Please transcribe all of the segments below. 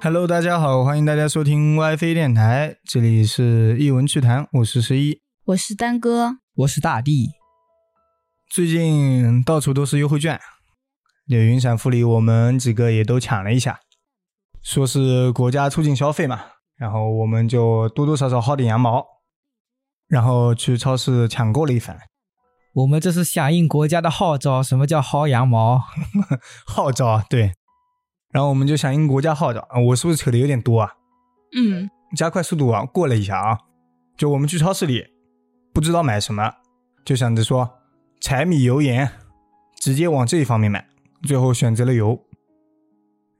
Hello，大家好，欢迎大家收听 WiFi 电台，这里是译文趣谈，我是十一。我是丹哥，我是大地，最近到处都是优惠券，那云闪付里我们几个也都抢了一下，说是国家促进消费嘛，然后我们就多多少少薅点羊毛，然后去超市抢购了一番， 我们这是响应国家的号召。什么叫薅羊毛？ 号召啊对，然后我们就响应国家号召，啊我是不是扯的有点多啊？嗯，加快速度啊，过了一下啊，就我们去超市里，不知道买什么，就想着说柴米油盐，直接往这一方面买，最后选择了油。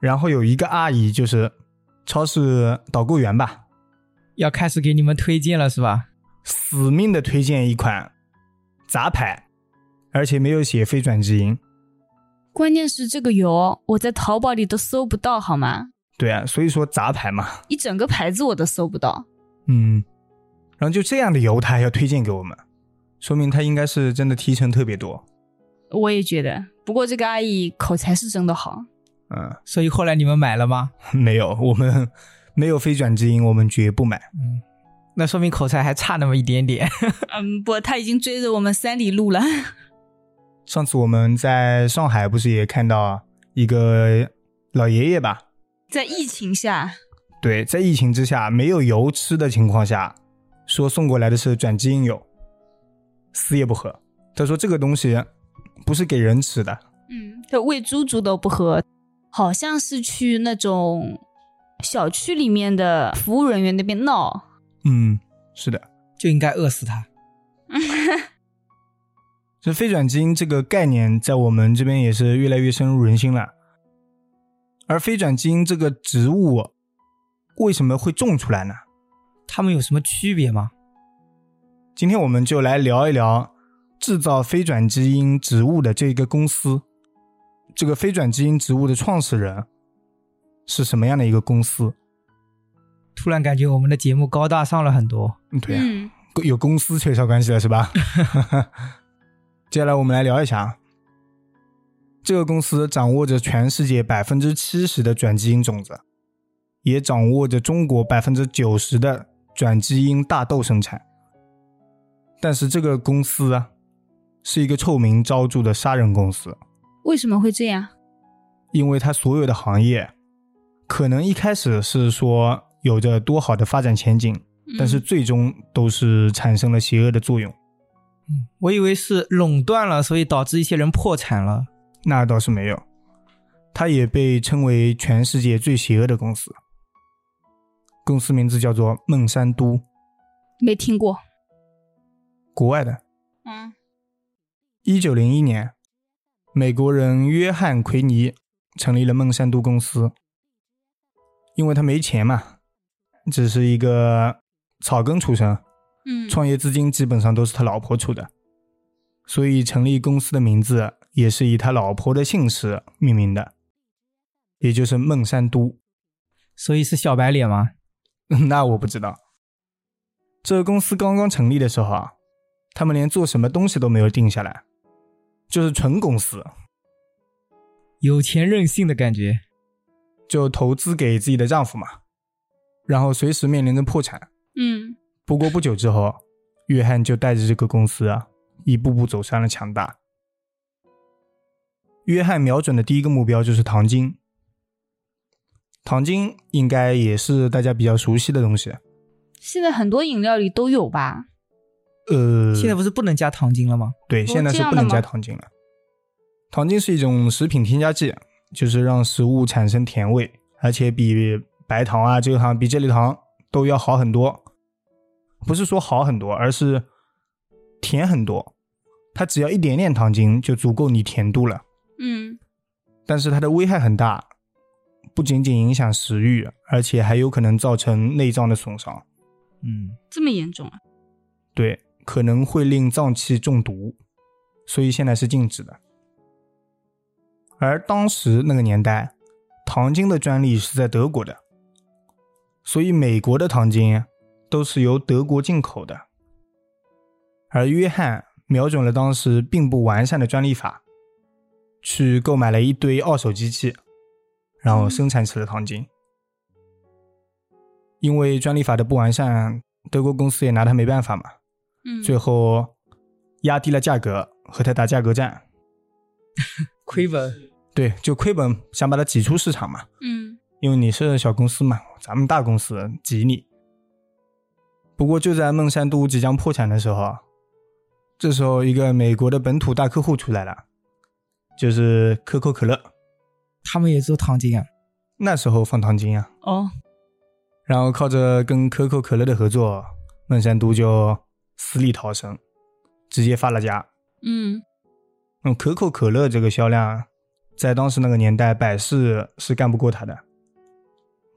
然后有一个阿姨就是超市导购员吧，要开始给你们推荐了是吧？死命的推荐一款杂牌，而且没有写非转基因。关键是这个油我在淘宝里都搜不到，好吗？对啊，所以说杂牌嘛，一整个牌子我都搜不到。嗯，然后就这样的油他还要推荐给我们，说明他应该是真的提成特别多。我也觉得，不过这个阿姨口才是真的好。嗯，所以后来你们买了吗？ 没有，我们没有非转基因，我们绝不买。嗯，那说明口才还差那么一点点。 嗯，不，她已经追着我们三里路了。 上次我们在上海不是也看到一个老爷爷吧？在疫情下，对，在疫情之下没有油吃的情况下，说送过来的是转基因油，死也不喝。他说这个东西不是给人吃的，嗯，她喂猪猪都不喝，好像是去那种小区里面的服务人员那边闹。嗯，是的，就应该饿死他。这非转基因这个概念在我们这边也是越来越深入人心了。而非转基因这个植物啊为什么会种出来呢？他们有什么区别吗？今天我们就来聊一聊制造非转基因植物的这个公司，这个非转基因植物的创始人是什么样的一个公司？突然感觉我们的节目高大上了很多。嗯对啊，嗯，有公司介绍关系了是吧？ 接下来我们来聊一下啊，这个公司掌握着全世界百分之七十的转基因种子，也掌握着中国百分之九十的转基因大豆生产。但是这个公司啊，是一个臭名昭著的杀人公司，为什么会这样？因为它所有的行业，可能一开始是说有着多好的发展前景，但是嗯最终都是产生了邪恶的作用。我以为是垄断了，所以导致一些人破产了。那倒是没有，它也被称为全世界最邪恶的公司。公司名字叫做孟山都，没听过。国外的。嗯一九零一年，美国人约翰·奎尼成立了孟山都公司，因为他没钱嘛，只是一个草根出身，嗯创业资金基本上都是他老婆出的，所以成立公司的名字也是以他老婆的姓氏命名的，也就是孟山都。所以是小白脸吗？ 那我不知道。这个公司刚刚成立的时候啊，他们连做什么东西都没有定下来，就是纯公司，有钱任性的感觉。就投资给自己的丈夫嘛，然后随时面临着破产。嗯，不过不久之后，约翰就带着这个公司啊，一步步走向了强大。约翰瞄准的第一个目标就是糖精，糖精应该也是大家比较熟悉的东西。现在很多饮料里都有吧？呃，现在不是不能加糖精了吗？对，哦现在这是样不的能加吗糖精了。糖精是一种食品添加剂，就是让食物产生甜味，而且比白糖啊、蔗糖、比这类糖都要好很多。不是说好很多，而是甜很多。它只要一点点糖精就足够你甜度了，嗯，但是它的危害很大，不仅仅影响食欲，而且还有可能造成内脏的损伤。嗯，这么严重啊？对，可能会令脏器中毒，所以现在是禁止的。而当时那个年代，糖精的专利是在德国的，所以美国的糖精都是由德国进口的。而约翰瞄准了当时并不完善的专利法，去购买了一堆二手机器，然后生产起了糖精。因为专利法的不完善，德国公司也拿他没办法嘛。嗯，最后压低了价格，和他打价格战，亏本，对，就亏本，想把它挤出市场嘛。嗯因为你是小公司嘛，咱们大公司挤你。不过就在孟山都即将破产的时候，这时候一个美国的本土大客户出来了，就是可口可乐。他们也做糖精啊，那时候放糖精啊，哦，然后靠着跟可口可乐的合作，孟山都就死里逃生，直接发了家。嗯嗯，可口可乐这个销量，在当时那个年代，百事是干不过它的，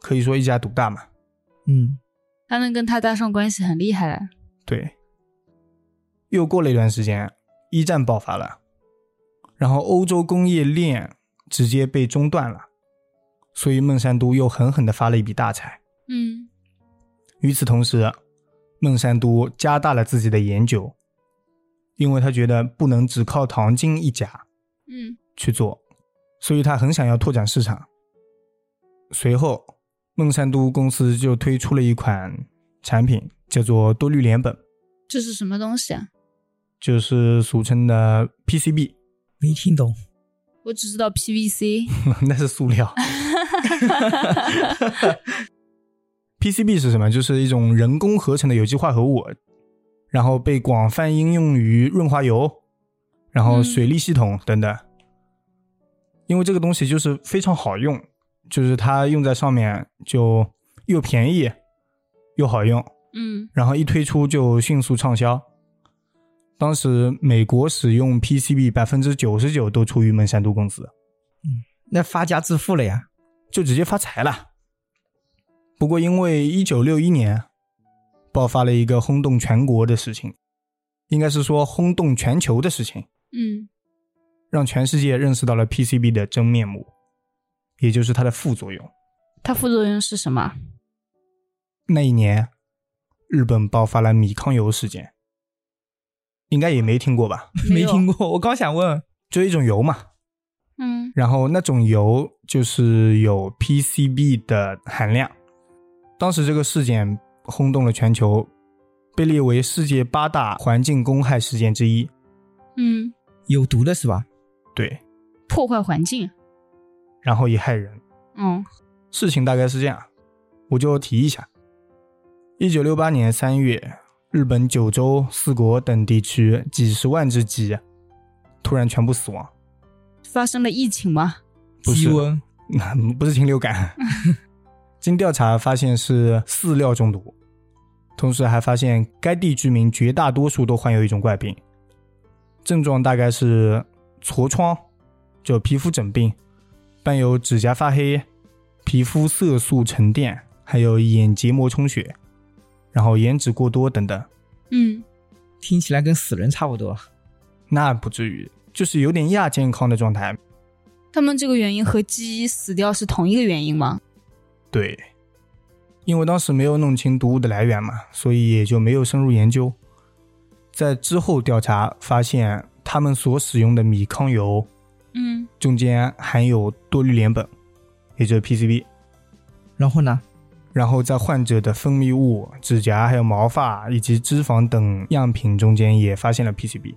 可以说一家独大嘛。嗯，他能跟他搭上关系很厉害啊了。对。又过了一段时间，一战爆发了，然后欧洲工业链直接被中断了，所以孟山都又狠狠地发了一笔大财。嗯与此同时，孟山都加大了自己的研究，因为他觉得不能只靠糖精一家，嗯去做，所以他很想要拓展市场。随后，孟山都公司就推出了一款产品，叫做多氯联苯，这是什么东西啊？就是俗称的 PCB，没听懂，我只知道 PVC。 那是塑料。PCB 是什么？就是一种人工合成的有机化合物，然后被广泛应用于润滑油、然后嗯水利系统等等。因为这个东西就是非常好用，就是它用在上面就又便宜又好用，嗯然后一推出就迅速畅销。当时美国使用 PCB 百分之九十九都出于孟山都公司。那发家致富了呀，就直接发财了。不过，因为一九六一年爆发了一个轰动全国的事情，应该是说轰动全球的事情，嗯让全世界认识到了 PCB 的真面目，也就是它的副作用。它副作用是什么？那一年，日本爆发了米糠油事件，应该也没听过吧？没听过。过，我刚想问，就一种油嘛，嗯然后那种油就是有 PCB 的含量。当时这个事件轰动了全球，被列为世界八大环境公害事件之一。嗯，有毒的是吧？对，破坏环境。然后也害人。嗯事情大概是这样，我就提一下：一九六八年三月，日本九州四国等地区几十万只鸡突然全部死亡，发生了疫情吗？不是鸡瘟，那 不是禽流感。经调查发现是饲料中毒，同时还发现该地居民绝大多数都患有一种怪病，症状大概是痤疮，就皮肤疹病，伴有指甲发黑、皮肤色素沉淀，还有眼结膜充血，然后盐脂过多等等。嗯听起来跟死人差不多，那不至于，就是有点亚健康的状态。他们这个原因和鸡死掉是同一个原因吗？对，因为当时没有弄清毒物的来源嘛，所以也就没有深入研究。在之后调查发现，他们所使用的米糠油嗯，中间含有多氯联苯，也就是 PCB，然后呢，然后在患者的分泌物、指甲、还有毛发以及脂肪等样品中间也发现了 PCB。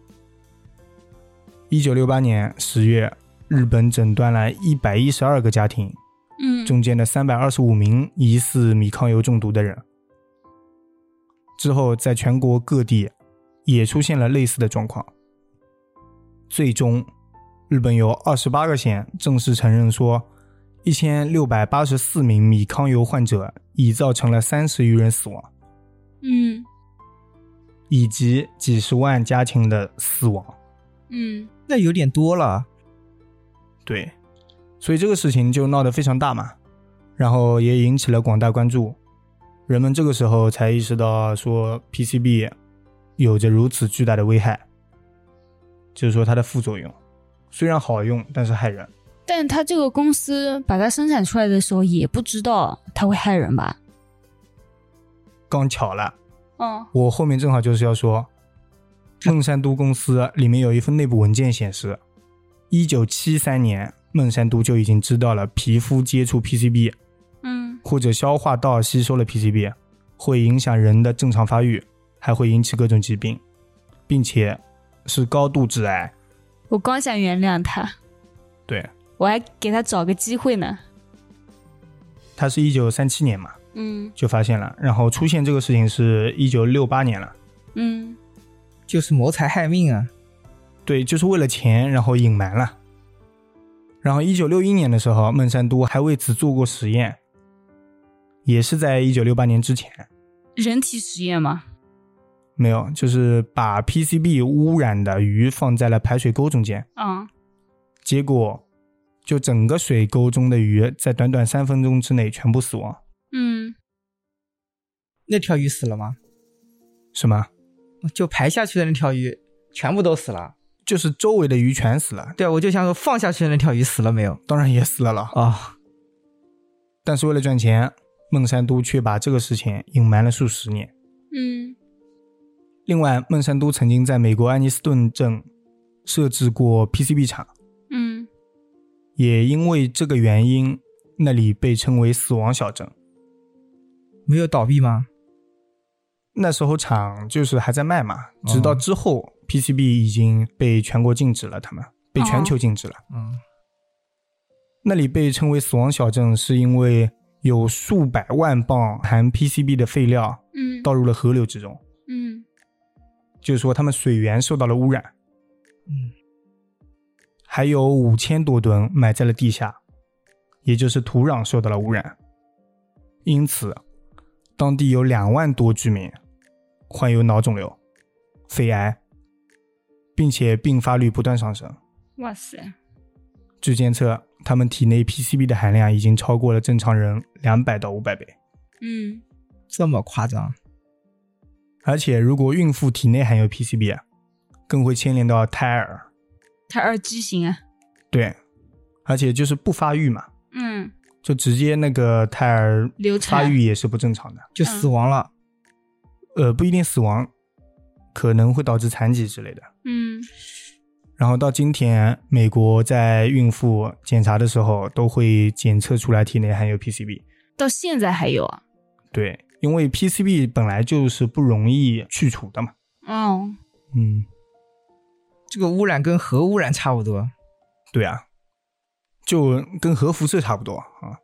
一九六八年十月，日本诊断了一百一十二个家庭嗯中间的三百二十五名疑似米糠油中毒的人。之后，在全国各地也出现了类似的状况。最终，日本有二十八个县正式承认说，一千六百八十四名米糠油患者已造成了三十余人死亡，嗯以及几十万家庭的死亡。嗯那有点多了，对，所以这个事情就闹得非常大嘛，然后也引起了广大关注。人们这个时候才意识到，说 PCB 有着如此巨大的危害。就是说它的副作用，虽然好用，但是害人。但他这个公司把它生产出来的时候，也不知道它会害人吧？刚巧了，嗯，我后面正好就是要说，孟山都公司里面有一份内部文件显示，一九七三年孟山都就已经知道了皮肤接触 PCB 嗯，或者消化道吸收了 PCB 会影响人的正常发育，还会引起各种疾病，并且是高度致癌。我刚想原谅他，对，我还给他找个机会呢。它是一九三七年嘛嗯就发现了，然后出现这个事情是一九六八年了。嗯，就是谋财害命啊！对，就是为了钱，然后隐瞒了。然后，一九六一年的时候，孟山都还为此做过实验，也是在一九六八年之前，人体实验嘛，没有，就是把 PCB 污染的鱼放在了排水沟中间，嗯，结果就整个水沟中的鱼在短短三分钟之内全部死亡，嗯，那条鱼死了吗？是吗？就排下去的那条鱼全部都死了。就是周围的鱼全死了，对啊，我就想说放下去的那条鱼死了没有？当然也死了了。哦，但是为了赚钱，孟山都却把这个事情隐瞒了数十年。嗯，另外，孟山都曾经在美国安尼斯顿镇设置过 PCB 厂，嗯，也因为这个原因，那里被称为“死亡小镇没有倒闭吗？”。那时候厂就是还在卖嘛，哦直到之后、PCB 已经被全国禁止了，他们被全球禁止了。嗯，那里被称为“死亡小镇”，是因为有数百万磅含 PCB 的废料嗯，倒入了河流之中，嗯，就是说他们水源受到了污染。嗯，还有五千多吨埋在了地下，也就是土壤受到了污染。因此，当地有两万多居民患有脑肿瘤、肺癌，并且并发率不断上升。哇塞，据监测，他们体内 PCB 的含量已经超过了正常人两百到五百倍。嗯，这么夸张？而且，如果孕妇体内含有 PCB，啊，更会牵连到胎儿。他二畸形啊，对，而且就是不发育嘛，嗯，就直接那个胎儿流发产，育也是不正常的。就死亡了？呃，不一定死亡，可能会导致残疾之类的。嗯然后到今天，美国在孕妇检查的时候都会检测出来体内含有 PCB。，到现在还有啊，对，因为 PCB 本来就是不容易去除的嘛。哦，嗯，这个污染跟核污染差不多。对啊，就跟核辐射差不多啊。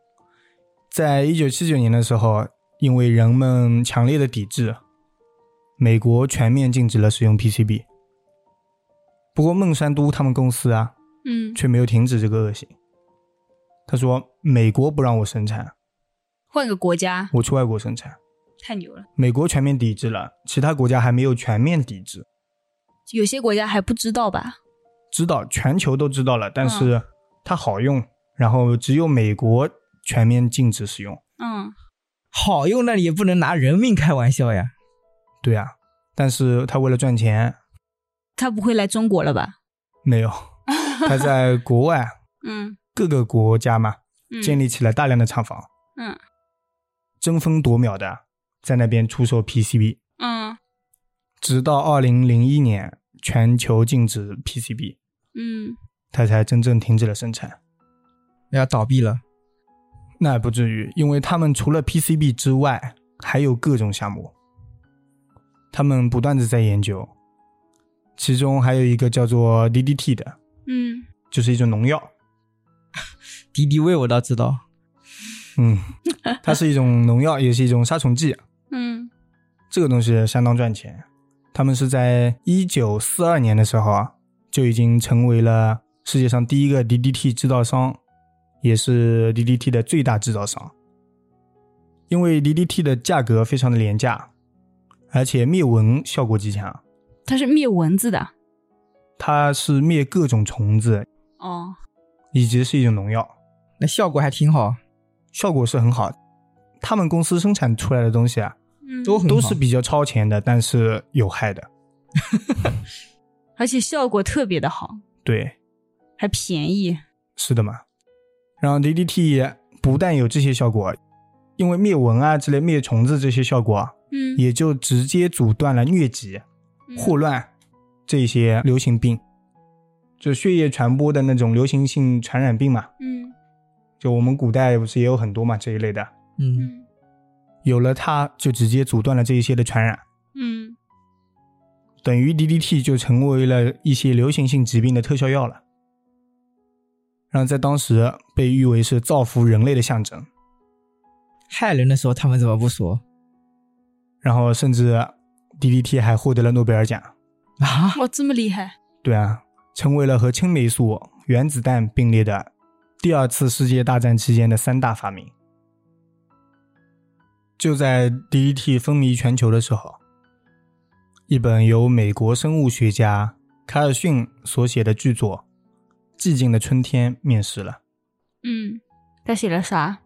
在一九七九年的时候，因为人们强烈的抵制，美国全面禁止了使用 PCB。不过孟山都他们公司啊，嗯，却没有停止这个恶行。他说：“美国不让我生产，换个国家，我去外国生产。太牛了，美国全面抵制了，其他国家还没有全面抵制。有些国家还不知道吧？知道全球都知道了，但是它好用，然后只有美国全面禁止使用。嗯好用，那你也不能拿人命开玩笑呀。对啊，但是他为了赚钱，，他不会来中国了吧？没有他在国外 嗯各个国家嘛，嗯建立起了大量的厂房，嗯争分夺秒的在那边出售 PCB。嗯直到二零零一年全球禁止 PCB，嗯，它才真正停止了生产。要倒闭了，那也不至于，因为他们除了 PCB 之外，还有各种项目，他们不断的在研究，其中还有一个叫做 DDT 的，嗯就是一种农药。敌敌畏我倒知道。嗯，它是一种农药，也是一种杀虫剂。嗯这个东西相当赚钱。他们是在一九四二年的时候啊，就已经成为了世界上第一个 DDT 制造商，也是 DDT 的最大制造商。因为 DDT 的价格非常的廉价，而且灭蚊效果极强，它是灭蚊子的它是灭各种虫子，哦，以及是一种农药，那效果还挺好，效果是很好。他们公司生产出来的东西啊，嗯，都很好都是比较超前的，但是有害的。而且效果特别的好，对，还便宜。是的嘛。然后 DDT 不但有这些效果，因为灭蚊啊之类、灭虫子这些效果，啊嗯，也就直接阻断了疟疾、嗯霍乱这些流行病，就血液传播的那种流行性传染病嘛。嗯就我们古代不是也有很多嘛这一类的，嗯，嗯有了它就直接阻断了这一些的传染，嗯等于 DDT 就成为了一些流行性疾病的特效药了。然后在当时被誉为是造福人类的象征，害人的时候他们怎么不说然后甚至 DDT 还获得了诺贝尔奖。 啊？哇，哦这么厉害！对啊，成为了和青霉素、原子弹并列的第二次世界大战期间的三大发明。就在 DDT 风靡全球的时候，一本由美国生物学家凯尔逊所写的巨作《寂静的春天》面世了。嗯，他写了啥？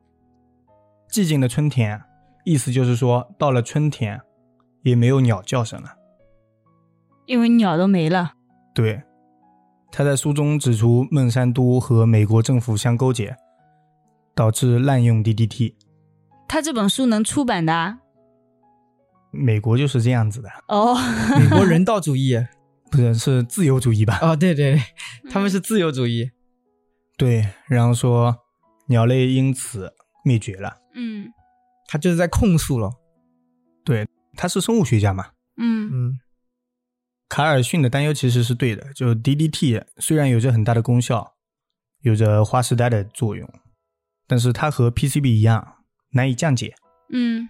寂静的春天，意思就是说，到了春天，也没有鸟叫声了。因为鸟都没了。对，他在书中指出，孟山都和美国政府相勾结，导致滥用 DDT。他这本书能出版的啊、美国就是这样子的，哦，美国人道主义不是是自由主义吧？哦，对对，嗯对 他们是自由主义。对，然后说鸟类因此灭绝了。嗯他就是在控诉了。他是生物学家嘛？嗯嗯卡尔逊的担忧其实是对的，就 DDT 虽然有着很大的功效，有着划时代的作用，但是它和 PCB 一样难以降解。嗯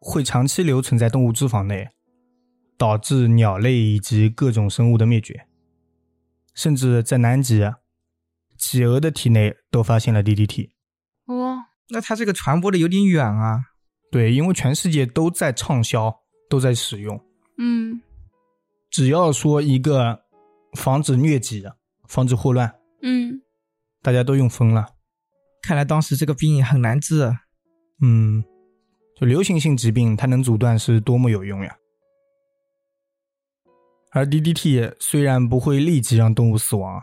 会长期留存在动物脂肪内，导致鸟类以及各种生物的灭绝，甚至在南极，啊企鹅的体内都发现了 DDT。哦，那他这个传播的有点远啊。对，因为全世界都在畅销，都在使用。嗯只要说一个防止疟疾、啊防止霍乱，嗯大家都用疯了。看来当时这个病很难治。啊 嗯，就流行性疾病，它能阻断是多么有用呀！而 DDT 虽然不会立即让动物死亡，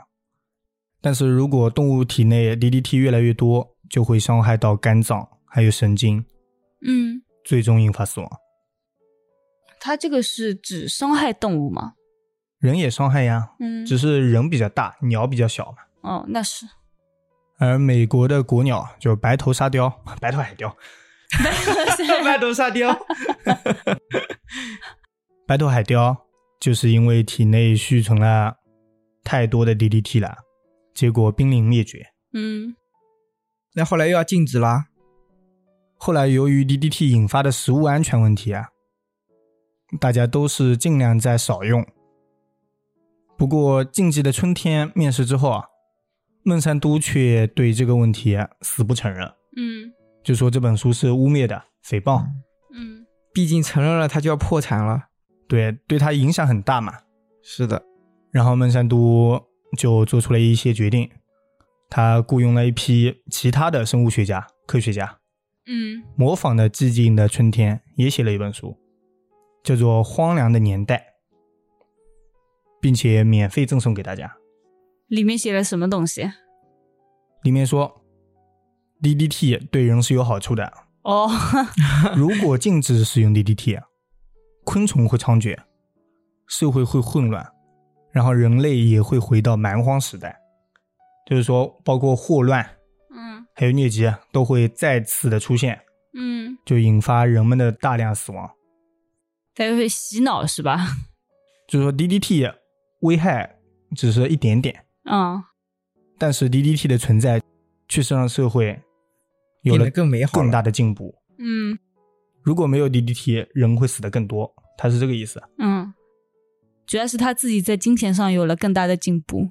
但是如果动物体内 DDT 越来越多，就会伤害到肝脏还有神经，嗯，最终引发死亡。他这个是指伤害动物吗？人也伤害呀，嗯，只是人比较大，鸟比较小嘛。哦，那 是而美国的国鸟就白头沙雕、 白头海雕、半头沙雕，白头海雕就是因为体内蓄存了太多的 DDT 了，结果濒临灭绝。嗯 那后来又要禁止啦。后来由于 DDT 引发的食物安全问题啊，大家都是尽量在少用。不过禁忌的春天面试之后啊，孟山都却对这个问题啊死不承认，嗯就说这本书是污蔑的、诽谤，嗯毕竟承认了，他就要破产了。对对他影响很大嘛。是的，然后孟山都就做出了一些决定，他雇佣了一批其他的生物学家、科学家，嗯模仿的寂静的春天也写了一本书，叫做《荒凉的年代》，并且免费赠送给大家。里面写了什么东西？里面说，DDT 对人是有好处的，哦，如果禁止使用 DDT，昆虫会猖獗，社会会混乱，然后人类也会回到蛮荒时代，就是说，包括霍乱嗯还有疟疾都会再次的出现，嗯，就引发人们的大量死亡。 他就会洗脑是吧？就是说 DDT 危害只是一点点，嗯但是 DDT 的存在却是让社会有变了得更美好更了。大的进步。嗯如果没有 DDT，人会死得更多，他是这个意思。嗯，主要是他自己在金钱上有了更大的进步。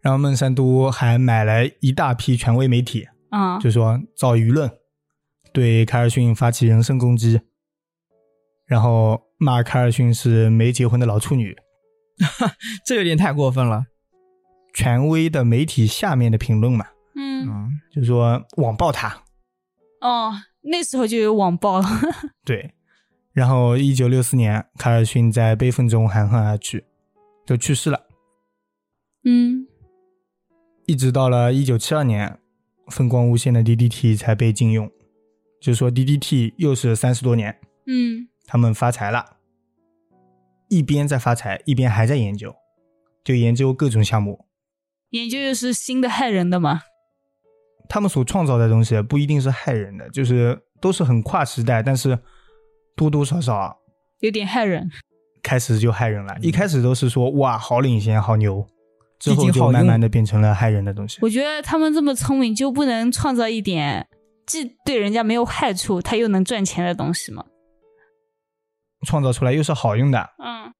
然后孟山都还买了一大批权威媒体，啊、就说造舆论，对凯尔逊发起人身攻击，然后骂凯尔逊是没结婚的老处女。这有点太过分了。权威的媒体下面的评论嘛，嗯嗯，就说网暴他，哦，那时候就有网暴。对，然后，一九六四年，卡尔逊在悲愤中含恨而去，就去世了。 嗯，一直到了一九七二年，风光无限的 DDT 才被禁用。就说 DDT 又是三十多年，嗯，他们发财了，一边在发财，一边还在研究，就研究各种项目。研究又是新的害人的嘛。他们所创造的东西不一定是害人的，就是都是很跨时代，但是多多少少啊有点害人，开始就害人了。一开始都是说哇好领先好牛，之后嗯毕竟好就用嗯慢慢的变成了害人的东西。我觉得他们这么聪明，就不能创造一点既对人家没有害处，他又能赚钱的东西吗？创造出来又是好用的，嗯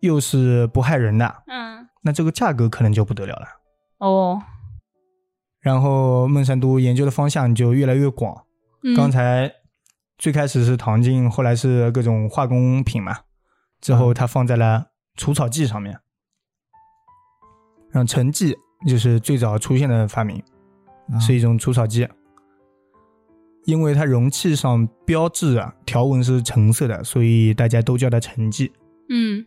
又是不害人的，嗯，那这个价格可能就不得了了。哦，然后孟山都研究的方向就越来越广。嗯刚才最开始是糖精，后来是各种化工品嘛，之后它放在了除草剂上面，然后橙剂就是最早出现的发明，是一种除草剂。因为它容器上标志啊条纹是橙色的，所以大家都叫它橙剂。嗯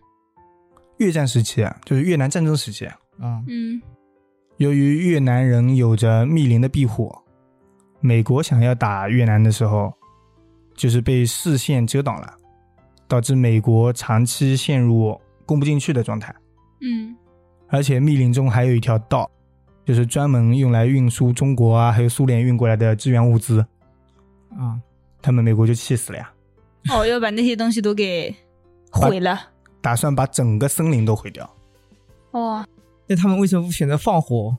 越战时期啊，就是越南战争时期啊，啊，嗯由于越南人有着密林的庇护，美国想要打越南的时候，就是被视线遮挡了，导致美国长期陷入攻不进去的状态。嗯而且密林中还有一条道，就是专门用来运输中国啊，还有苏联运过来的支援物资，啊，他们美国就气死了呀，哦，要把那些东西都给毁了。打算把整个森林都毁掉。哦，那他们为什么不选择放火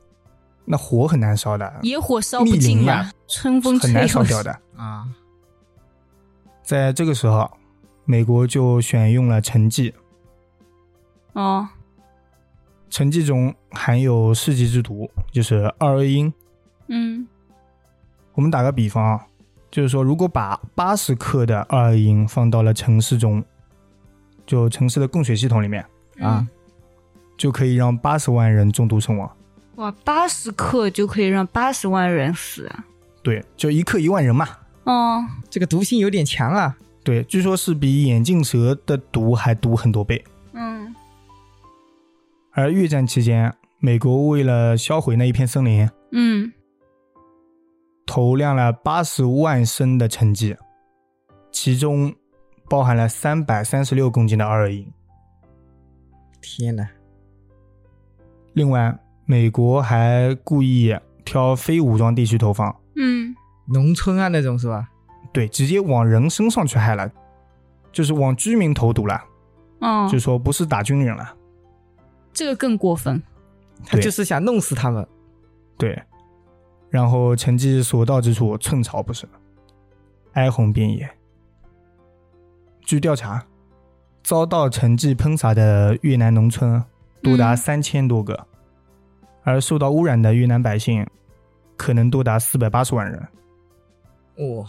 那火很难烧的，野火烧不密尽林嘛呀，春风吹啊很难烧又掉的。啊？在这个时候，美国就选用了沉寂，哦，成绩中含有世纪之毒，就是二恶英。嗯我们打个比方啊，就是说，如果把八十克的二恶英放到了城市中，就城市的供水系统里面，嗯啊，就可以让八十万人中毒身亡。嗯哇，八十克就可以让八十万人死啊！对，就一克一万人嘛。哦，这个毒性有点强啊，对，据说是比眼镜蛇的毒还毒很多倍。嗯而越战期间，美国为了销毁那一片森林，嗯，投量了八十万升的成绩，其中包含了三百三十六公斤的二恶英。天哪！另外，美国还故意挑非武装地区投放，嗯农村啊那种是吧？对，直接往人身上去害了，就是往居民投毒了，哦，就说不是打军人了。这个更过分。他对就是想弄死他们。对，然后成绩所到之处，寸草不生，哀鸿遍野。据调查，遭到成绩喷洒的越南农村多达嗯三千多个，而受到污染的越南百姓可能多达四百八十万人。哇，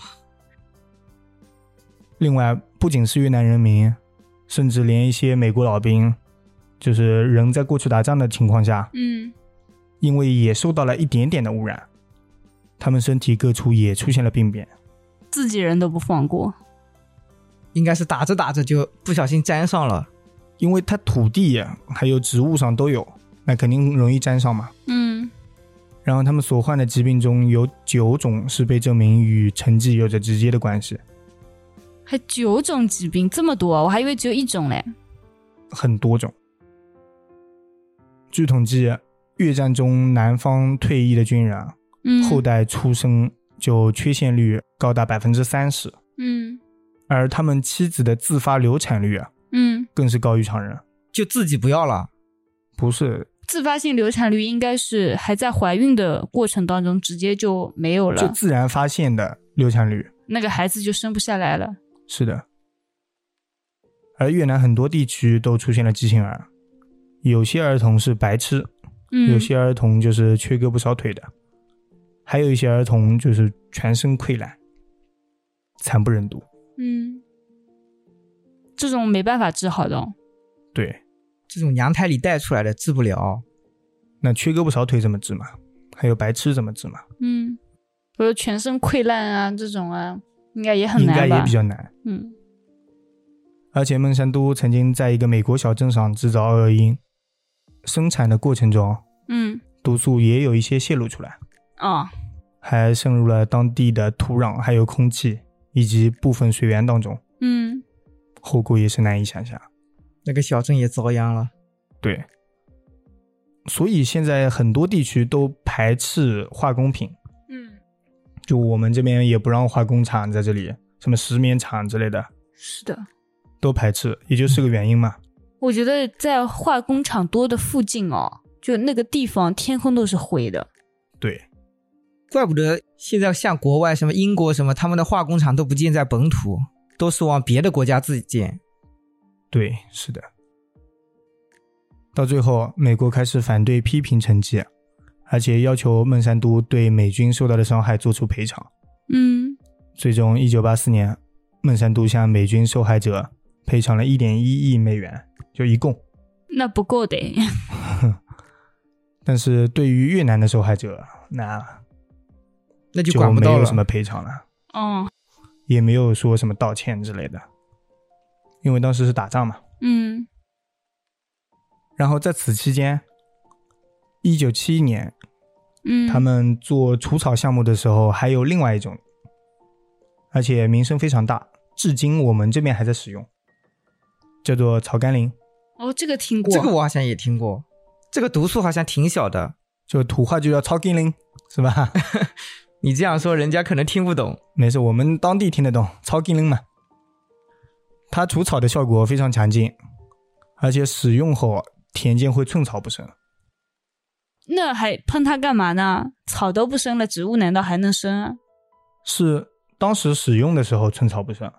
另外，不仅是越南人民，甚至连一些美国老兵，就是人在过去打仗的情况下，嗯因为也受到了一点点的污染，他们身体各处也出现了病变。，自己人都不放过。应该是打着打着就不小心沾上了。因为它土地还有植物上都有，那肯定容易沾上嘛。嗯然后他们所患的疾病中有九种是被证明与成绩有着直接的关系，还九种疾病，这么多啊，我还以为只有一种嘞。很多种。据统计，越战中南方退役的军人啊嗯，后代出生就缺陷率高达百分之三十，嗯而他们妻子的自发流产率啊，嗯，更是高于常人。就自己不要了，不是，自发性流产率应该是还在怀孕的过程当中直接就没有就了，自然发现的流产率。那个孩子就生不下来了。是的，而越南很多地区都出现了畸形儿，有些儿童是白痴，嗯，有些儿童就是缺胳膊少腿的，还有一些儿童就是全身溃烂，惨不忍睹。嗯，这种没办法治好的哦。对，这种娘胎里带出来的治不了。那缺胳膊少腿怎么治嘛？还有白痴怎么治嘛？嗯，比如全身溃烂啊这种啊，应该也很应难吧？该也比较难。嗯而且孟山都曾经在一个美国小镇上制造二恶英，生产的过程中嗯，毒素也有一些泄露出来，哦，还渗入了当地的土壤、还有空气以及部分水源当中，嗯，后果也是难以想象。那个小镇也遭殃了。对，所以现在很多地区都排斥化工品，嗯，就我们这边也不让化工厂在这里，什么石棉厂之类的是的，都排斥，也就是个原因嘛。我觉得在化工厂多的附近哦，就那个地方天空都是灰的。对，怪不得现在像国外什么英国什么，他们的化工厂都不建在本土，都是往别的国家自己建。对，是的。到最后，美国开始反对批评成绩，而且要求孟山都对美军受到的伤害做出赔偿。嗯，最终，一九八四年，孟山都向美军受害者赔偿了一点一亿美元，就一共。那不够的。但是对于越南的受害者，那那就就管不没到有了。什么赔偿了，哦，也没有说什么道歉之类的，因为当时是打仗嘛。嗯然后在此期间，一九七一年，嗯，他们做除草项目的时候，还有另外一种，而且名声非常大，至今我们这边还在使用，叫做草甘膦，哦，这个听过，这个我好像也听过，这个毒素好像挺小的。就土话就叫草甘膦，是吧？ 你这样说，人家可能听不懂。没事，我们当地听得懂，草甘膦嘛。它除草的效果非常强劲，而且使用后田间会寸草不生。那还喷它干嘛呢？草都不生了，植物难道还能生啊？是当时使用的时候寸草不生，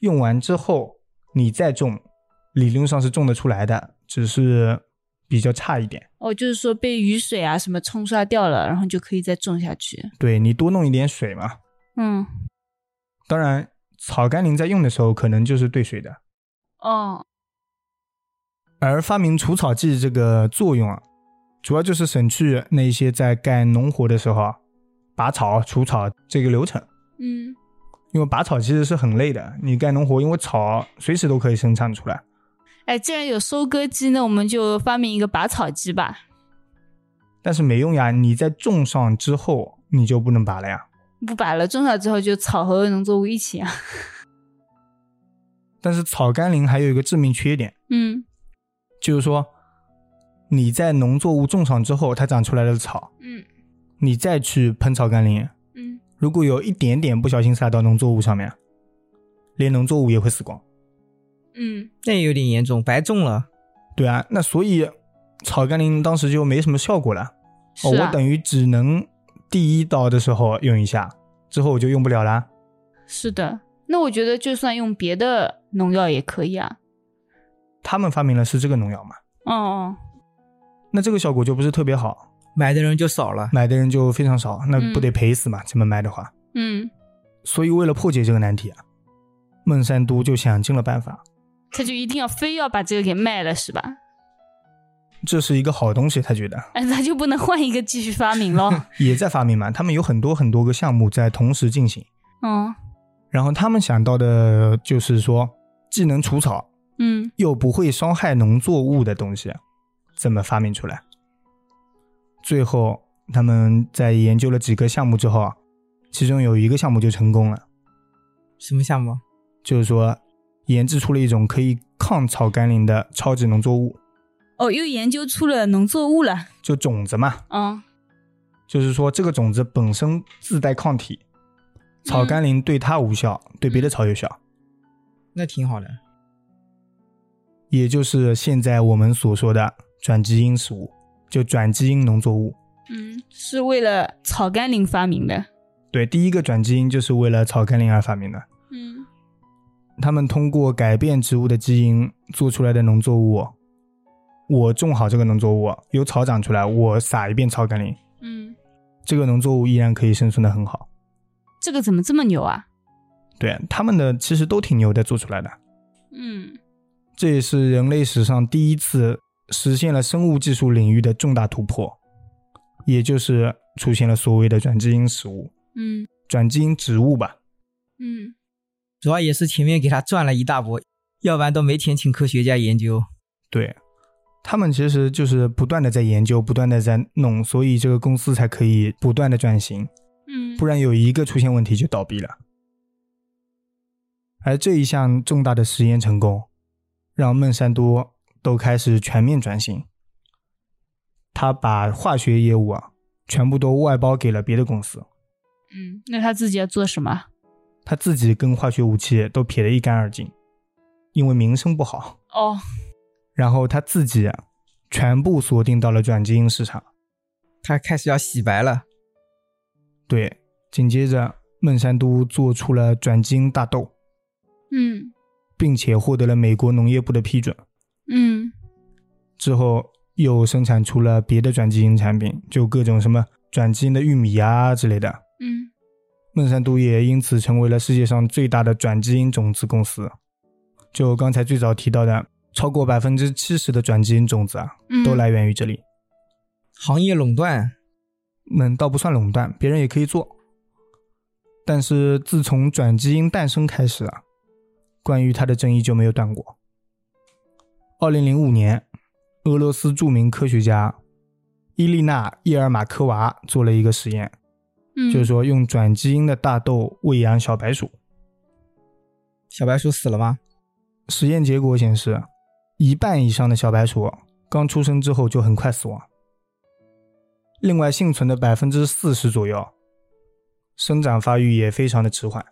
用完之后你再种，理论上是种得出来的，只是比较差一点。哦，就是说被雨水啊什么冲刷掉了，然后就可以再种下去。对你多弄一点水嘛。嗯，当然，草甘膦在用的时候可能就是兑水的，哦，而发明除草剂这个作用啊，主要就是省去那些在干农活的时候啊拔草、除草这个流程。嗯因为拔草其实是很累的，你干农活，因为草随时都可以生产出来。哎，既然有收割机，那我们就发明一个拔草机吧。但是没用呀，你在种上之后，你就不能拔了呀。不拔了，种好之后就草和农作物一起啊。但是草甘膦还有一个致命缺点，嗯就是说你在农作物种上之后，它长出来的草，嗯你再去喷草甘膦，嗯，如果有一点点不小心洒到农作物上面，啊连农作物也会死光。嗯，那也有点严重，白种了。对啊，那所以草甘膦当时就没什么效果了。是哦，啊，我等于只能第一刀的时候用一下，之后我就用不了啦。是的。那我觉得就算用别的农药也可以啊。他们发明的是这个农药嘛，哦哦，那这个效果就不是特别好，买的人就少了。买的人就非常少，那不嗯得赔死嘛？这么卖的话，嗯，所以为了破解这个难题啊，孟山都就想尽了办法。他就一定要非要把这个给卖了是吧？这是一个好东西，他觉得哎，他就不能换一个继续发明喽？ 也在发明嘛，他们有很多很多个项目在同时进行，嗯然后他们想到的就是说，既能除草嗯又不会伤害农作物的东西，怎么发明出来？最后，他们在研究了几个项目之后啊，其中有一个项目就成功了，什么项目？就是说研制出了一种可以抗草甘膦的超级农作物，哦，又研究出了农作物了。就种子嘛，嗯就是说这个种子本身自带抗体，草甘膦对它无效，对别的草有效，那挺好的。也就是现在我们所说的转基因食物，就转基因农作物。嗯，是为了草甘膦发明的。对，第一个转基因就是为了草甘膦而发明的。嗯他们通过改变植物的基因做出来的农作物，我种好这个农作物，有草长出来，我撒一遍草甘膦，嗯，这个农作物依然可以生存的很好。这个怎么这么牛啊？对，他们的其实都挺牛的，做出来的。嗯这也是人类史上第一次实现了生物技术领域的重大突破，也就是出现了所谓的转基因食物、嗯转基因植物吧。嗯主要也是前面给他赚了一大波，要不然都没钱请科学家研究。对，他们其实就是不断的在研究，不断的在弄，所以这个公司才可以不断的转型，嗯不然有一个出现问题就倒闭了。而这一项重大的实验成功，让孟山都都开始全面转型，他把化学业务啊全部都外包给了别的公司，嗯，那他自己要做什么？他自己跟化学武器都撇得一干二净，因为名声不好。哦，然后他自己啊全部锁定到了转基因市场。他开始要洗白了，对，紧接着孟山都做出了转基因大豆，嗯并且获得了美国农业部的批准。嗯之后又生产出了别的转基因产品，就各种什么转基因的玉米啊之类的。嗯，孟山都也因此成为了世界上最大的转基因种子公司。就刚才最早提到的，超过百分之七十的转基因种子啊，嗯都来源于这里。行业垄断，嗯，倒不算垄断，别人也可以做。但是自从转基因诞生开始啊，关于它的争议就没有断过。二零零五年，俄罗斯著名科学家伊丽娜·叶尔马科娃做了一个实验，嗯就是说用转基因的大豆喂养小白鼠。小白鼠死了吗？实验结果显示，一半以上的小白鼠刚出生之后就很快死亡，另外幸存的百分之四十左右，生长发育也非常的迟缓。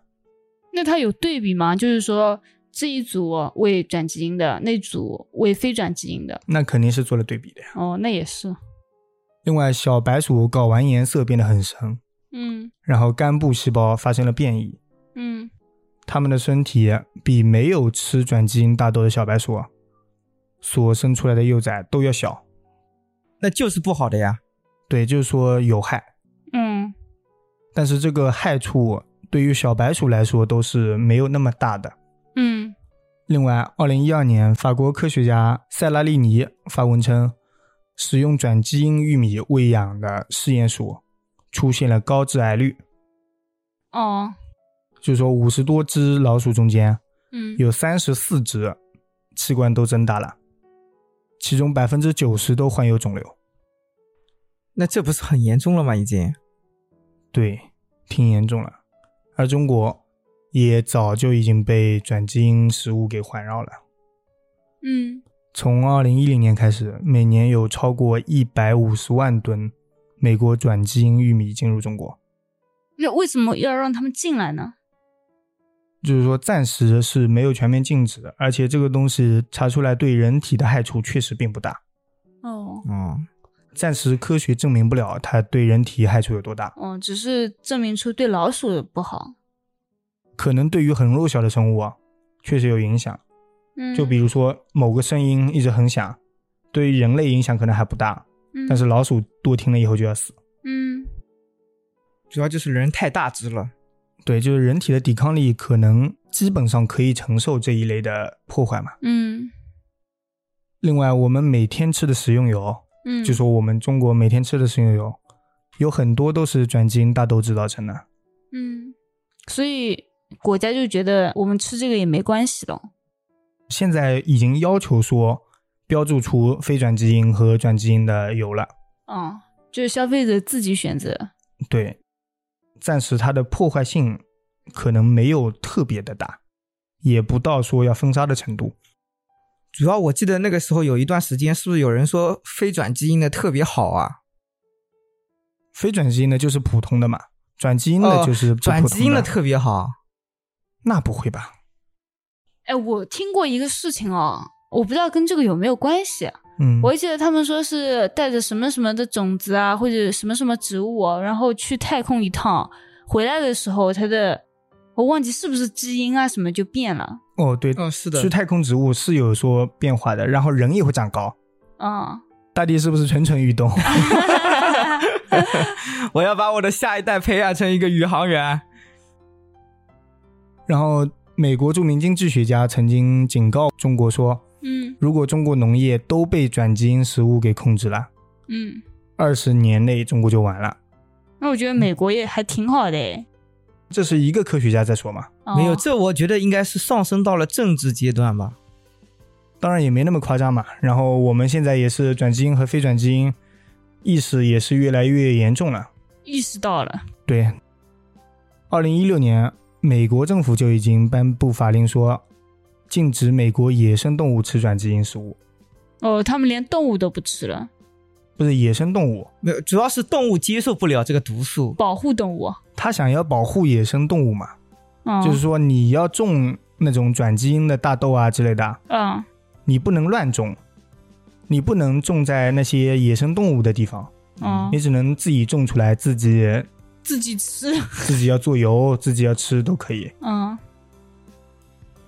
那它有对比吗？就是说这一组为转基因的，那组为非转基因的。那肯定是做了对比的呀。哦，那也是。另外，小白鼠睾丸颜色变得很深，嗯然后肝部细胞发生了变异，嗯它们的身体比没有吃转基因大豆的小白鼠所生出来的幼崽都要小。那就是不好的呀。对，就是说有害。嗯但是这个害处对于小白鼠来说都是没有那么大的。嗯另外，二零一二年，法国科学家塞拉利尼发文称，使用转基因玉米喂养的试验鼠出现了高致癌率，哦就是说五十多只老鼠中间嗯有三十四只器官都增大了，其中百分之九十都患有肿瘤。那这不是很严重了吗？已经，对，挺严重了。而中国也早就已经被转基因食物给环绕了。嗯从二零一零年开始，每年有超过一百五十万吨美国转基因玉米进入中国，那为什么要让他们进来呢？就是说暂时是没有全面禁止的，而且这个东西查出来对人体的害处确实并不大，哦哦，暂时科学证明不了它对人体害处有多大，哦，只是证明出对老鼠不好。可能对于很弱小的生物啊，确实有影响。嗯，就比如说某个声音一直很响，对于人类影响可能还不大，但是老鼠多听了以后就要死。嗯主要就是人太大只了。对，就是人体的抵抗力可能基本上可以承受这一类的破坏嘛。嗯另外，我们每天吃的食用油，嗯，就说我们中国每天吃的食用油，有很多都是转基因大豆制造成的。嗯，所以国家就觉得我们吃这个也没关系了。现在已经要求说标注出非转基因和转基因的油了。哦，就是消费者自己选择。对，暂时它的破坏性可能没有特别的大，也不到说要封杀的程度。主要我记得那个时候有一段时间，是不是有人说非转基因的特别好啊？非转基因的就是普通的嘛，转基因的哦就是不普通转基因的的特别好，那不会吧？哎，我听过一个事情哦，我不知道跟这个有没有关系。嗯，我记得他们说是带着什么什么的种子啊，或者什么什么植物、啊，然后去太空一趟，回来的时候它的我忘记是不是基因啊什么就变了。哦对，嗯、是去太空植物是有说变化的，然后人也会长高。 啊、大地是不是蠢蠢欲动？ 我要把我的下一代培养成一个宇航员。然后，美国著名经济学家曾经警告中国说，嗯如果中国农业都被转基因食物给控制了，嗯，二十年内中国就完了。那我觉得美国也还挺好的诶。这是一个科学家在说嘛？哦没有，这我觉得应该是上升到了政治阶段吧。当然也没那么夸张嘛。然后我们现在也是转基因和非转基因意识也是越来越严重了。意识到了，对，二零一六年，美国政府就已经颁布法令说，禁止美国野生动物吃转基因食物，哦，他们连动物都不吃了，不是野生动物，没有，主要是动物接受不了这个毒素。保护动物，他想要保护野生动物嘛，嗯，就是说你要种那种转基因的大豆啊之类的，嗯，你不能乱种，你不能种在那些野生动物的地方，嗯你只能自己种出来，自己自己吃，自己要做油，自己要吃都可以。嗯，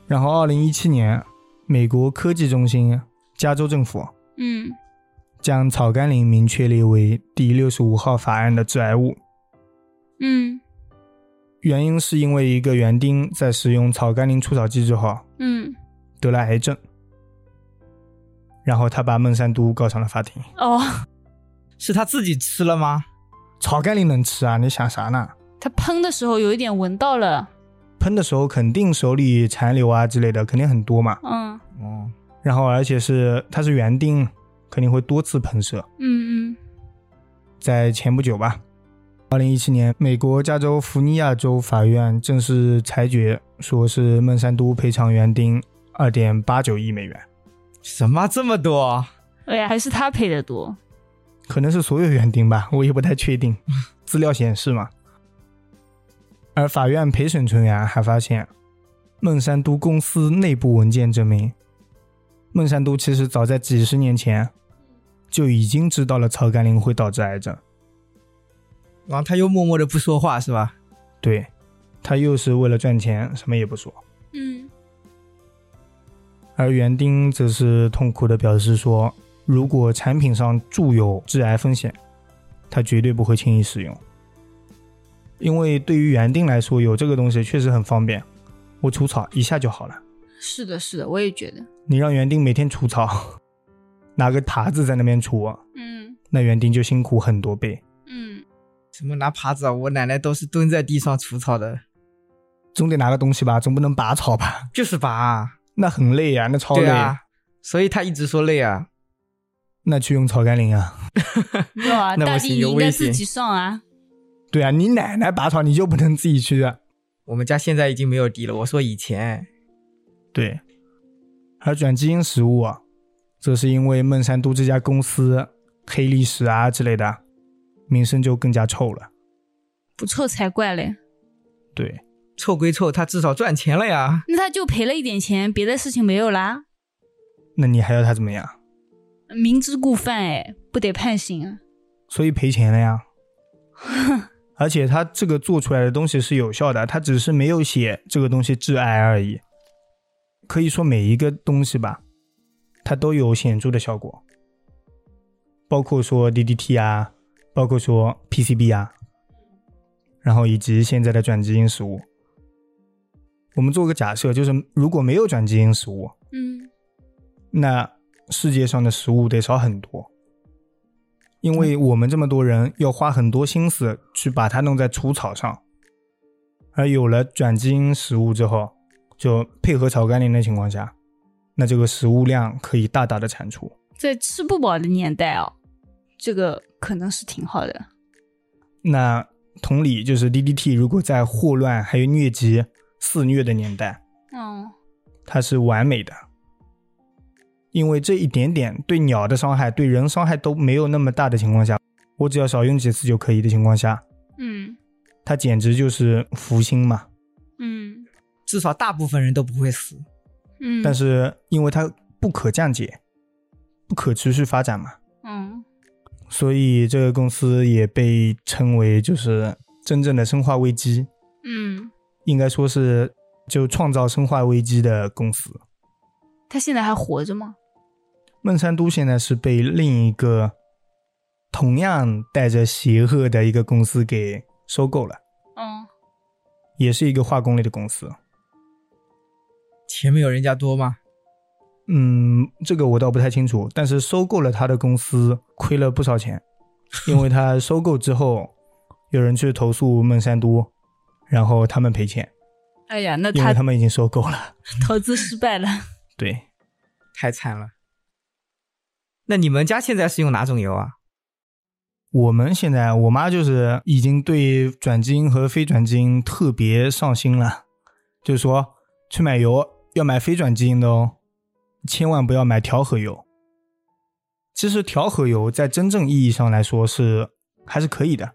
然后，二零一七年，美国科技中心、加州政府嗯，将草甘膦明确列为第六十五号法案的致癌物，嗯，原因是因为一个园丁在使用草甘膦除草剂之后啊嗯，得了癌症，然后他把孟山都告上了法庭。哦，是他自己吃了吗？草甘膦能吃啊？你想啥呢？他喷的时候有一点闻到了，喷的时候肯定手里残留啊之类的肯定很多嘛，嗯，哦，然后而且是它是园丁，肯定会多次喷射。嗯嗯，在前不久吧，二零一七年，美国加州福尼亚州法院正式裁决，说是孟山都赔偿园丁二点八九亿美元，什么这么多？哎呀，还是他赔的多，可能是所有园丁吧，我也不太确定，资料显示嘛。而法院陪审成员还发现，孟山都公司内部文件证明，孟山都其实早在几十年前就已经知道了草甘膦会导致癌症。然后他又默默的不说话，是吧？对，他又是为了赚钱，什么也不说。嗯而园丁则是痛苦地表示说，如果产品上注有致癌风险，他绝对不会轻易使用，因为对于园丁来说，有这个东西确实很方便，我除草一下就好了。是的，是的，我也觉得，你让园丁每天除草， 拿个耙子在那边除，啊嗯那园丁就辛苦很多倍。嗯，什么拿耙子啊？我奶奶都是蹲在地上除草的，总得拿个东西吧，总不能拔草吧？ 就是拔、啊。那很累呀、那超对累，啊，所以他一直说累啊。那去用草甘膦啊。没有啊，那大不地行你有应该危自险己上啊，对啊，你奶奶拔草你就不能自己去啊？我们家现在已经没有地了。我说以前，对，而转基因食物啊，则是因为孟山都这家公司黑历史啊之类的，名声就更加臭了。不臭才怪嘞，对，臭归臭，他至少赚钱了呀。那他就赔了一点钱，别的事情没有啦，那你还要他怎么样？明知故犯哎，不得判刑啊，所以赔钱了呀。而且他这个做出来的东西是有效的，他只是没有写这个东西致癌而已。可以说每一个东西吧，它都有显著的效果，包括说 DDT 啊，包括说 PCB 啊，然后以及现在的转基因食物。我们做个假设，就是如果没有转基因食物，嗯那世界上的食物得少很多，因为我们这么多人要花很多心思去把它弄在除草上，而有了转基因食物之后，就配合草甘膦的情况下，那这个食物量可以大大的产出。在吃不饱的年代哦，这个可能是挺好的。那同理，就是 DDT 如果在霍乱还有疟疾肆虐的年代，嗯它是完美的，因为这一点点对鸟的伤害、对人伤害都没有那么大的情况下，我只要少用几次就可以的情况下，嗯它简直就是福星嘛。嗯至少大部分人都不会死。嗯，但是因为它不可降解、不可持续发展嘛，嗯所以这个公司也被称为就是真正的生化危机，嗯，应该说是就创造生化危机的公司。他现在还活着吗？孟山都现在是被另一个同样带着邪恶的一个公司给收购了，嗯，也是一个化工类的公司。钱没有人家多吗？嗯，这个我倒不太清楚，但是收购了他的公司亏了不少钱，因为他收购之后，有人去投诉孟山都，然后他们赔钱，哎呀，那因为他他们已经收购了。投资失败了。对，太惨了。那你们家现在是用哪种油啊？我们现在，我妈就是已经对转基因和非转基因特别上心了，就是说去买油要买非转基因的哦，千万不要买调和油。其实调和油在真正意义上来说是还是可以的，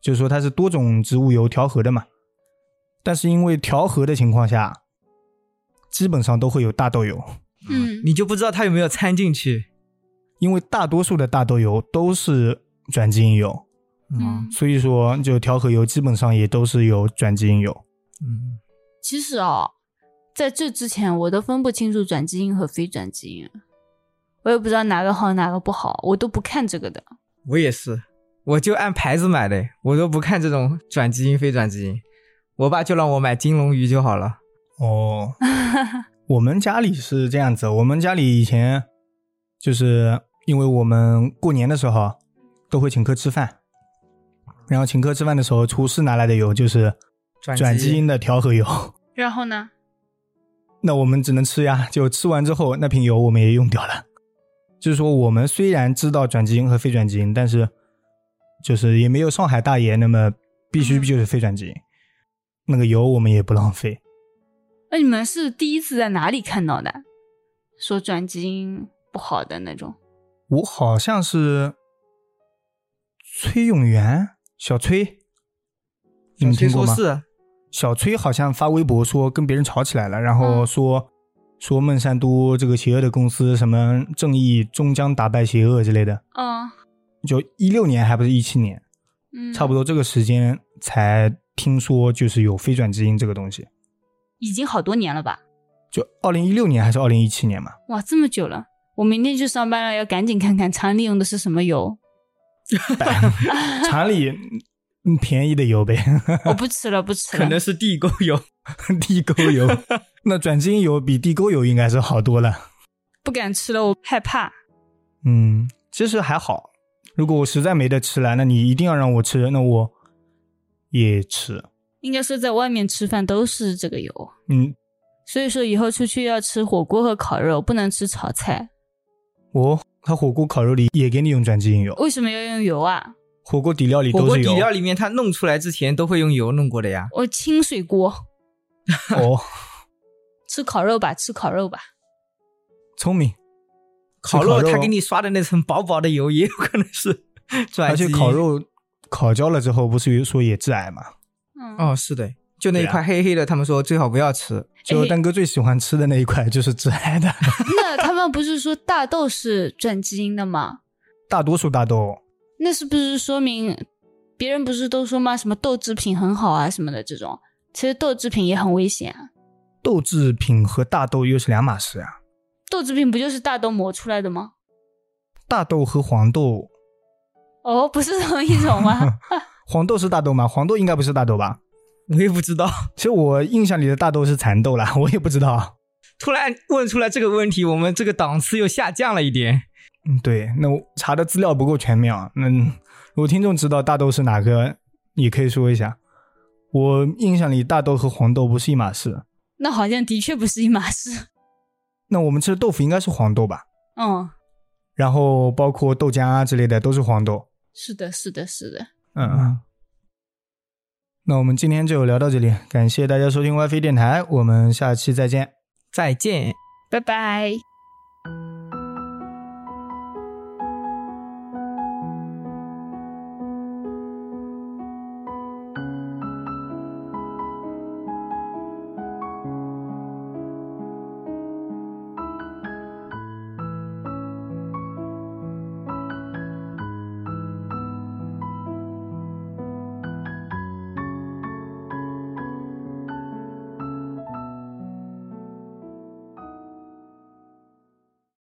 就是说它是多种植物油调和的嘛。但是因为调和的情况下，基本上都会有大豆油， 嗯你就不知道它有没有掺进去。因为大多数的大豆油都是转基因油，嗯，所以说就调和油基本上也都是有转基因油。嗯，其实哦，在这之前我都分不清楚转基因和非转基因，我也不知道哪个好哪个不好，我都不看这个的。 我也是，我就按牌子买的，我都不看这种转基因非转基因。我爸就让我买金龙鱼就好了。哦，我们家里是这样子，我们家里以前就是因为我们过年的时候啊都会请客吃饭，然后请客吃饭的时候，厨师拿来的油就是转基因的调和油，然后呢？那我们只能吃呀，就吃完之后那瓶油我们也用掉了。就是说，我们虽然知道转基因和非转基因，但是就是也没有上海大爷那么必须嗯就是非转基因，那个油我们也不浪费。那你们是第一次在哪里看到的？说转基因不好的那种？我好像是崔永元，小崔，你们听过吗？是，小崔好像发微博说跟别人吵起来了，然后嗯说、说孟山都这个邪恶的公司什么正义终将打败邪恶之类的，嗯就一六年还不是一七年，嗯，差不多这个时间才听说就是有非转基因这个东西，已经好多年了吧？就二零一六年还是二零一七 年嘛，哇，这么久了，我明天去上班了，要赶紧看看厂里用的是什么油。厂里嗯便宜的油呗。 我不吃了，不吃了。可能是地沟油。地沟 油，那转基因油比地沟油应该是好多了。不敢吃了，我害怕。嗯，其实还好。如果我实在没得吃了，那你一定要让我吃，那我也吃。应该说在外面吃饭都是这个油，嗯，所以说以后出去要吃火锅和烤肉，不能吃炒菜。哦，它火锅烤肉里也给你用转基因油，为什么要用油啊？火锅底料里火都锅是底油。料里面，它弄出来之前都会用油弄过的呀。我清水锅，哦，吃烤肉吧，吃烤肉吧。聪明。 烤肉肉它给你刷的那层薄薄的油也有可能 是转而基且因。烤肉烤焦了之后，不是说也致癌嘛？嗯，哦，是的，就那一对啊块黑黑的，他们说最好不要吃。就蛋哥最喜欢吃的那一块就是致癌的， 那他们不是说大豆是转基因的吗？大多数大豆那是不是说明别人不是都说吗？什么豆制品很好啊什么的这种，其实豆制品也很危险啊。豆制品和大豆又是两码事啊。豆制品不就是大豆磨出来的吗？大豆和黄豆哦，不是同一种 吗？黄豆是大豆吗？黄豆应该不是大豆吧？我也不知道， 其实我印象里的大豆是蚕豆啦， 我也不知道。突然问出来这个问题，我们这个档次又下降了一点。嗯，对，那我查的资料不够全面啊。那如果听众知道大豆是哪个，也可以说一下。我印象里大豆和黄豆不是一码事。那好像的确不是一码事。那我们吃的豆腐应该是黄豆吧？嗯，然后包括豆浆啊之类的都是黄豆。是的，是的，是的。嗯，嗯，那我们今天就聊到这里，感谢大家收听 WiFi 电台，我们下期再见。再见。拜拜。